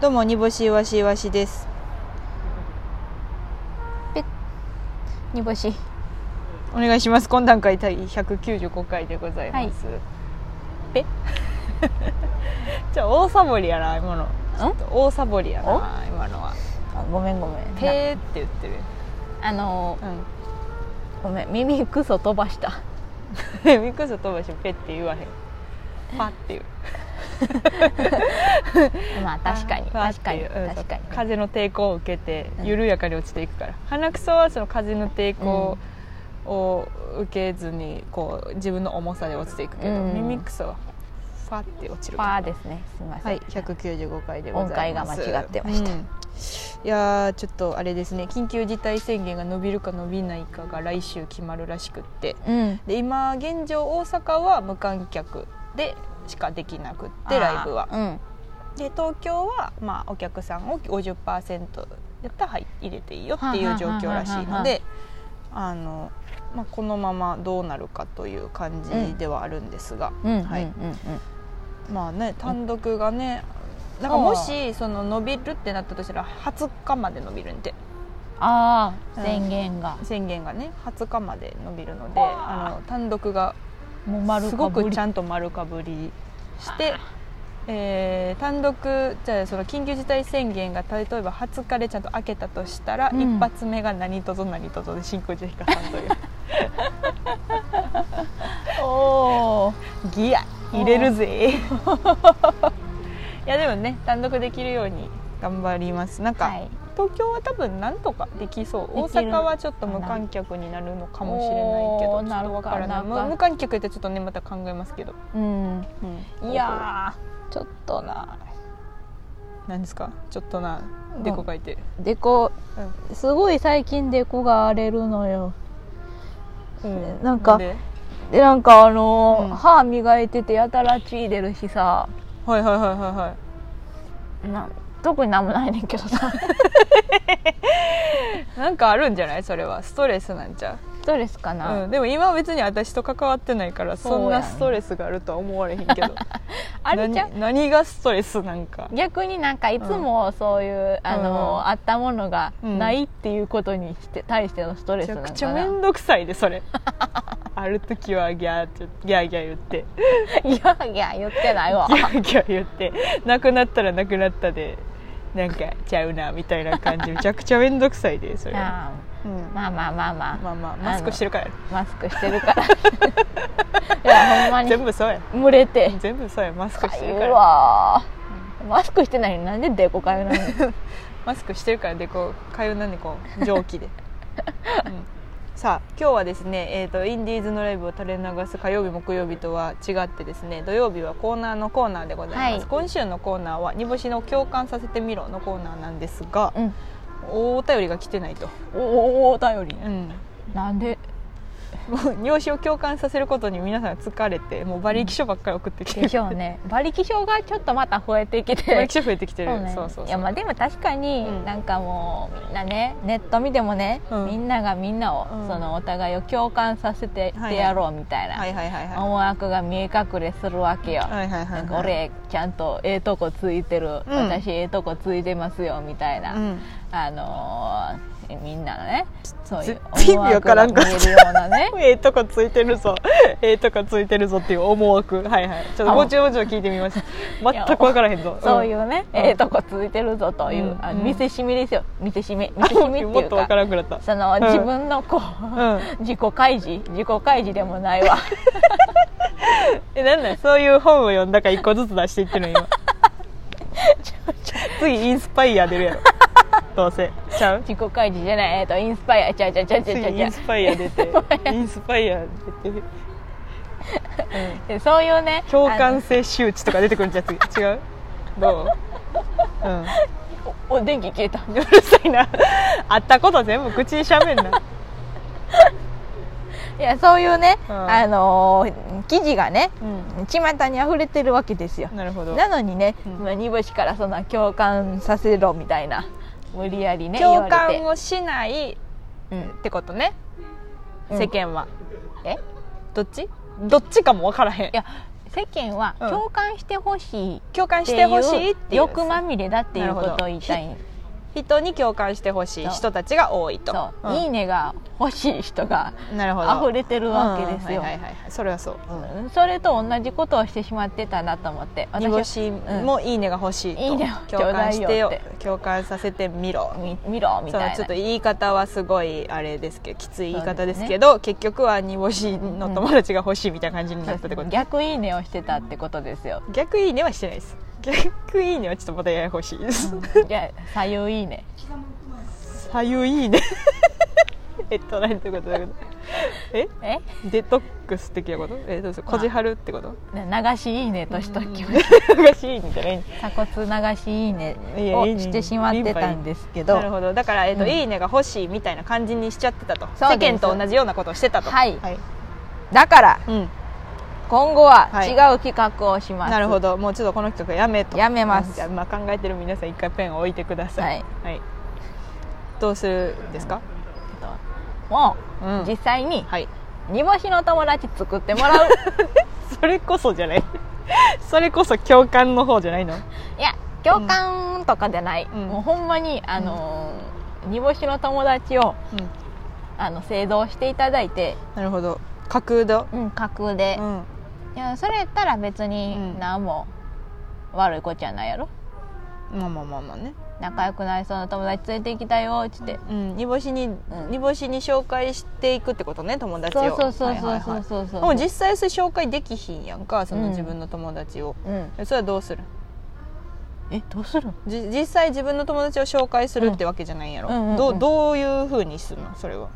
どうも煮干しいわしいわしです煮干しお願いします今段階第195回でございます、ぺ じゃあ大サボりやな今のん大サボりやな今のはあごめんごめん「ペー」って言ってる、なあのうんーごめん耳クソ飛ばした ミクソ飛ばしペって言わへんパっていう まあ確 かにパッ確かていにううん確かに風の抵抗を受けてうん緩やかに落ちていくから、鼻くそはその風の抵抗を受けずにこう自分の重さで落ちていくけど、うん耳くそはファって落ちるパからーですねすみません、はい、195回でございます音階が間違ってましたうんいやーちょっとあれですね緊急事態宣言が伸びるか伸びないかが来週決まるらしくってうんで今現状大阪は無観客でしかできなくってライブはあーで東京は、まあ、お客さんを50%やったらはい入れていいよっていう状況らしいのであの、まあ、このままどうなるかという感じではあるんですが、うんうんはいうんうんうんまあね単独がねなんかもしその伸びるってなったとしたら20日まで伸びるんであうあん宣言が、宣言がね20日まで伸びるのでわああの単独がもう丸すかごぶくり ちゃんと丸かぶりして、 えー単独じゃあその緊急事態宣言が例えば20日でちゃんと開けたとしたら、うん一発目が何とぞ何とぞで新空ジェシカさんというおー ギア入れるぜ いやでもね単独できるように頑張りますなんか、はい東京は多分なんとかできそう大できる阪はちょっと無観客になるのかもしれないけおどーちょっとわからなないるかな無無観客ってちょっとねまた考えますけど、うんうんいやーちょっとな何ですかちょっとなでこかいて、でこうんすごい最近でこが荒れるのようんなんかででなんかあのーうん歯磨いててやたら血出るしさはいはいはいはいはな特になんもないねんけどさいなんかあるんじゃないそれはストレスなんちゃストレスかう、な、うん、でも今は別に私と関わってないからそうやそんなんストレスがあるとは思われへんけど あれじゃう何何がストレスなんか逆になんかいつもそういう、あのーうんあったものがないっていうことにして、対してのストレめちスなゃのくちかゃな面倒くさいでそ れある時はギャーってギャーギャー言っていやいや言ってないわギャーギャー言ってなくなったらなくなったでなんかちゃうなみたいな感じめちゃくちゃ面倒くさいでそれは、あうんーまあまあまあまあまあまあマスクしてるからあのマスクしてるからいやほんまに全部そうや群れて全部そうやマスクかしてゆるいからわーマスクしてないのになんでデコかゆなのマスクしてるからでこうかゆなんでこう蒸 気で、うんさあ今日はですね、えー、とインディーズのライブを垂れ流す火曜日木曜日とは違ってですね土曜日はコーナーのコーナーでございます、はい今週のコーナーは「煮干しの共感させてみろ」のコーナーなんですが、うんお便りが来てないと、おおお便りうん、 なんでもう尿子を共感させることに皆さん疲れてもう馬力書ばっかり送ってきてでる、しょうね馬力症がちょっとまた増えてき馬て力書増えてきて るうねそうそういそやうまあでも確かにうんなんかもうみんなねネット見てもね、うんみんながみんなを、うんそのお互いを共感させてはいてやろうみたいな、はいはいはいはい思惑が見え隠れするわけよ、はいはいはいなはんいか俺ちゃんとええとこついてる、うん私ええとこついてますよみたいな、うんあのーみんなのねそういう絶対意思味わ惑かがらん見かったえるようなね ええとこついてるぞ ええとこついてるぞっていう思惑はいはいちょっとあごちょごちょ聞いてみました全く分からへんぞ そういううね、んええとこついてるぞという、うんあうん見せしめですよ見せしめ見んせしめっ てもいっうと分かからんくな ったその、うん自分のこうう、ん 自己開示自己開示でもないわ えなんなんそういう本を読んだから一個ずつ出していってるの 今次インスパイア出るやろどうせちゃう自己開示じゃないえっとインスパイアちゃうちゃうちゃうちゃうちゃう次ちイゃンうスパイア出 てインスパイア出てでそういうね共感性周知とか出てくるんじゃん次違うどう うんあのおお電気消えた うるさいなあったこと全部口にしゃべんないやそういうね、うんあのー記事がねう巷に溢れてるわけですよんなるほどなのにね、うんまあ煮干しからそんな共感させろみたいな無理やりね共感言わをしないっれて、てことね、うん世間はうんえどっちどっちかも分からへんいや世間はうん共感してほしいっ共感てしてほしいいっうていう欲まみれだっていうことを言いたい人に共感してほしいそう人たちが多いとそうう、んいいねが欲しい人がなるほど溢れてるわけですよ、うんはいはいはいはいそれはそう、うんそれと同じことをしてしまってたなと思って煮私干はしもいいねが欲しいと、いいねを共感してよちょうだいよって共感させてみろみ見ろみそたのいなちょっと言い方はすごいあれですけどきつい言い方ですけど結局は煮干しの友達が欲しいみたいな感じになったってこと、逆いいねをしてたってことですよ逆いいねはしてないです逆いいねはちょっとまたややこしいです、じゃあ左右いいね左右いいね えっと何てことだけどええデトックス的なことえどうするこじはるってことな流しいいねとしときまし おかしいみたいた鎖骨流しいいねいやをいいねしてしまってたんですけなどなるほどだから、えっとうんいいねが欲しいみたいな感じにしちゃってたとそう世です間と同じようなことをしてたとはいはいだからうん、今後ははい違う企画をします、なるほどもうちょっとこの企画やめとやめますうんじゃあまあ、考えてる皆さん一回ペンを置いてください、はいどうするんですか、もう、うん実際にはい煮干しの友達作っても らうそれこそじゃ ないそれこそ共感の方じゃないのいや共感とかじゃない、うんもうほんまにあのー煮干しの友達をうんあの製造していただいて、なるほど架空だうん、架空でう、んいやそれやったら別にうん何も悪いことじゃないやろまあまあまあまあね仲良くなりそうな友達連れて行きたいよっつってうん煮干しに、ん煮干しに紹介していくってことね友達をそうそうそうはいはそいうそはいうそうそうでも実際それ紹介できひんやんかそうんの自分の友達を、うんそれはどうするえどうするじ実際自分の友達を紹介するってわけじゃないんやろ、うんうんうんうんどうどういうふうにするのそれは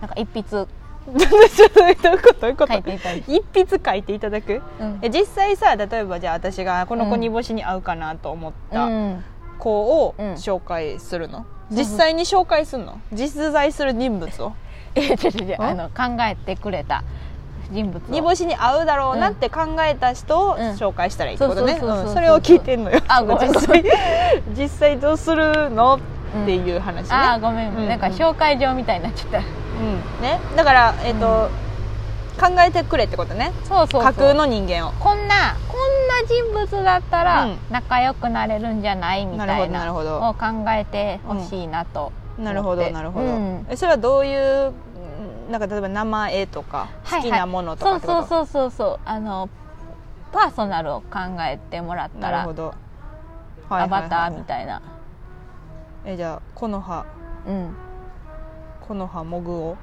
なんか一筆ちょっとどういうことどういうこと書いていただいて一筆書いていただくうんえ実際さ例えばじゃあ私がこの子うん煮干しに合うかなと思った、うん子をうん紹介するの、うん実際に紹介するの実在する人物を えちょちょちょんあの考えてくれた人物煮を干しに合うだろうなって考えた人をうん紹介したらいいってことねそうそうそうそううんそれを聞いてんのよあごめん実際 実際どうするのっていう話あーね,、ごめん、うんなんか紹介状みたいになっちゃったうん、ねだから、えっと考えてくれってことねそうそうそう架空の人間をこんなこんな人物だったらうん仲良くなれるんじゃないみたいななるほどなるほどを考えてほしいなとなるほ思っどてなるほど、うんえそれはどういううんなんか例えば名前とかはいは好いきなものとかってこと、そうそうそうそうそうあのパーソナルを考えてもらったなるらほど、アバターみいたいな、えじゃあ木の葉うん木の葉もぐお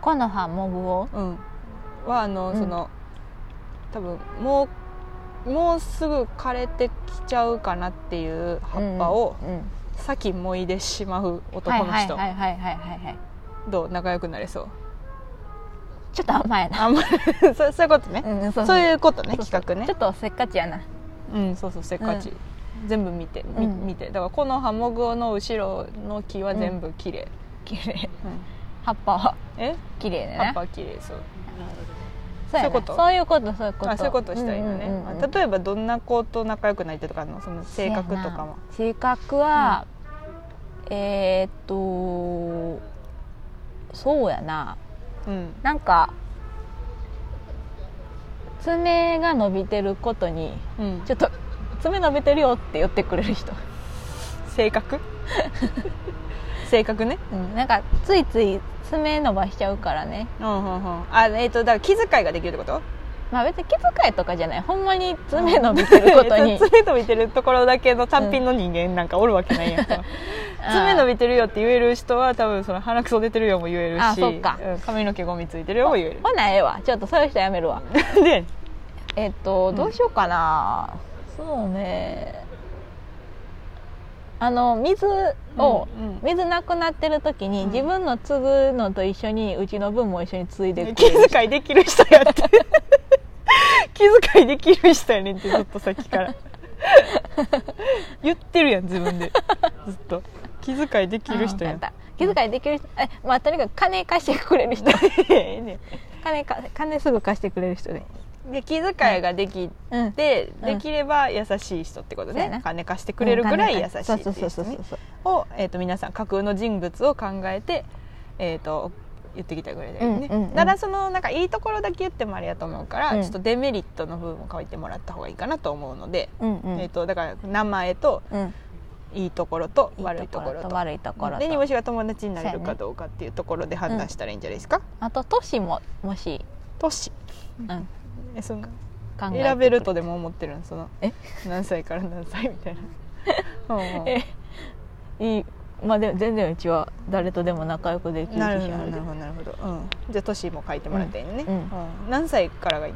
木の葉もぐをうん、はあの、うんその多分もうもうすぐ枯れてきちゃうかなっていう葉っぱをうんうん先もいでしまうはい男のはい人、はいはいはいはいはいどう仲良くなれそうちょっと甘えな、あんまり そうそういうことね、うん、そそうういうことねそうそう企画ねちょっとせっかちやなうんそうそうせっかち、う全部見て、みうん見てだからこのハモグオの後ろの木は全部綺麗、綺麗うん葉っぱはえ綺麗で葉ねっぱ綺麗そうそうそういうやこなとそういうことそういうことあそういうことしたいのね、うんうんうんうんあ例えばどんな子と仲良くなりたいとかあんのその性格とかも性格は、えーっとそうやなうんなんか爪が伸びてることにうんちょっと爪伸びてるよって言ってくれる人、性 格性格ねなんかついつい爪伸ばしちゃうからねうんうんうんあえっ、とだから気遣いができるってことまあ別に気遣いとかじゃないほんまに爪伸びてることえに っと爪伸びてるところだけの単品の人間なんかおるわけないやんか、 爪伸びびてるよって言える人は多分その鼻くそ出てるよも言えるしあそっかうん髪の毛ゴミついてるよも言えるほなええわちょっとそういう人やめるわでえっとどうしようかな、そうねあの水を、うんうん水なくなってる時に、うん自分の継ぐのと一緒にうちの分も一緒に継いでくれる気遣いできる人や って気遣いできる人やねんってずっとさっきから言ってるやん自分でずっと気遣い できる人やあんわかった気遣いできる人、えまあとにかく金貸してくれる人 ええねん金か金すぐ貸してくれる人でで気遣いができうんて、うんできれば優しい人ってことそうやねな金貸してくれるぐらい優しいってそいうそううそう人そうねそうを、えー、と皆さん架空の人物を考えて、えー、と言ってきたぐらいだよね、うんうんうんだからそのなんかいいところだけ言ってもあれやと思うから、うんちょっとデメリットの部分を書いてもらった方がいいかなと思うので、うんうんえっとだから名前とうんいいところと悪いいいととこころろとと悪いところで煮と干しが友達になれるそうやかねどうかっていうところで判断したらいいんじゃないですか、あと都市ももし、都市うん、考えそのえて選べるとでも思ってるんそのえ何歳から何歳みたい なうんうんえいいまあでも全然うちは誰とでも仲良くできるなるほ自信どあるなるほどなるほど、うん、じゃあ年も書いてもらっていいのね、うんうん何歳からがいい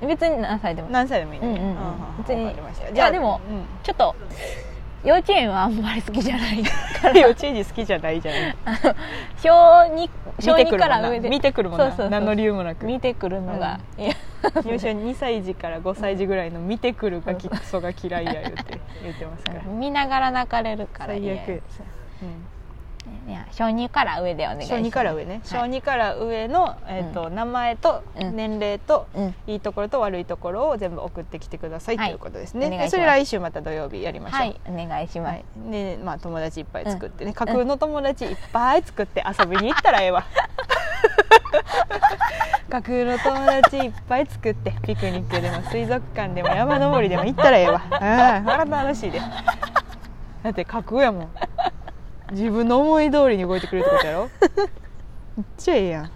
の別に何歳でも何歳でもいいのね、うんうんうんああ別にわかりましたいやじゃあでも うんちょっと幼稚園はあんまり好きじゃない幼稚園児好きじゃないじゃない小2小 見てくるも2かんなら上で見てくるもんなそうそうそう何の理由もなく見てくるのが、いや入社2歳児から5歳児ぐらいの見てくるがきクソが嫌いや言って言ってます から見ながら泣かれるから最嫌悪、うんいや小2から上でお願いし小ます2から上ね、小2から上の、えーと名前とうん年齢と、うんいいところと悪いところを全部送ってきてください、はいということですねお願いしますそれ来週また土曜日やりましょう、はいお願いします、はいでまあ、友達いっぱい作ってね、架空の友達いっぱい作って遊びに行ったらええわ 架空の友達いっぱい作ってピクニックでも水族館でも山登りでも行ったらええわうんほら楽しいでだって架空やもん自分の思い通りに動いてくれるってことやろめっちゃええやん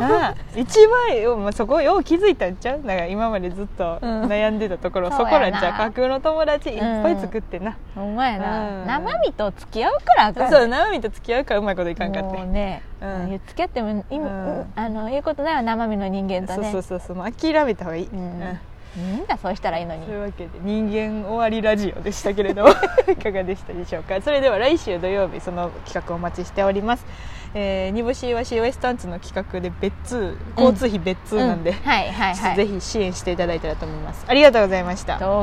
なあ一番よ、まあ、そこよう気づいたんちゃうなんか今までずっと悩んでたところ、うんそこなんちそうやゃう架な空の友達いっぱい作ってな、ほんまやうな、ん生身と付き合うからあかんそうナオミと付き合うからうまいこといかんかってもうね、うん付き合っても今、うんうんあの言うことないわ生身の人間とそうねそうそうそうもう諦めた方がいい、うんうんみんなそうしたらいいのにというわけで人間終わりラジオでしたけれ どもいかがでしたでしょうかそれでは来週土曜日その企画お待ちしておりますえー煮干しわしウエスタンツの企画で別通交通費別通なんで、うはいはいはいぜひ支援していただいたらと思いますありがとうございました東